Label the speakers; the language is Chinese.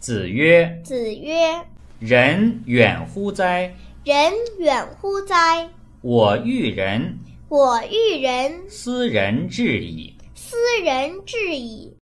Speaker 1: 子曰
Speaker 2: 子曰：“
Speaker 1: 人远乎哉？：“
Speaker 2: 人远乎哉？
Speaker 1: 我欲人，
Speaker 2: 我欲人，
Speaker 1: 斯人至矣。”
Speaker 2: 斯人至矣。”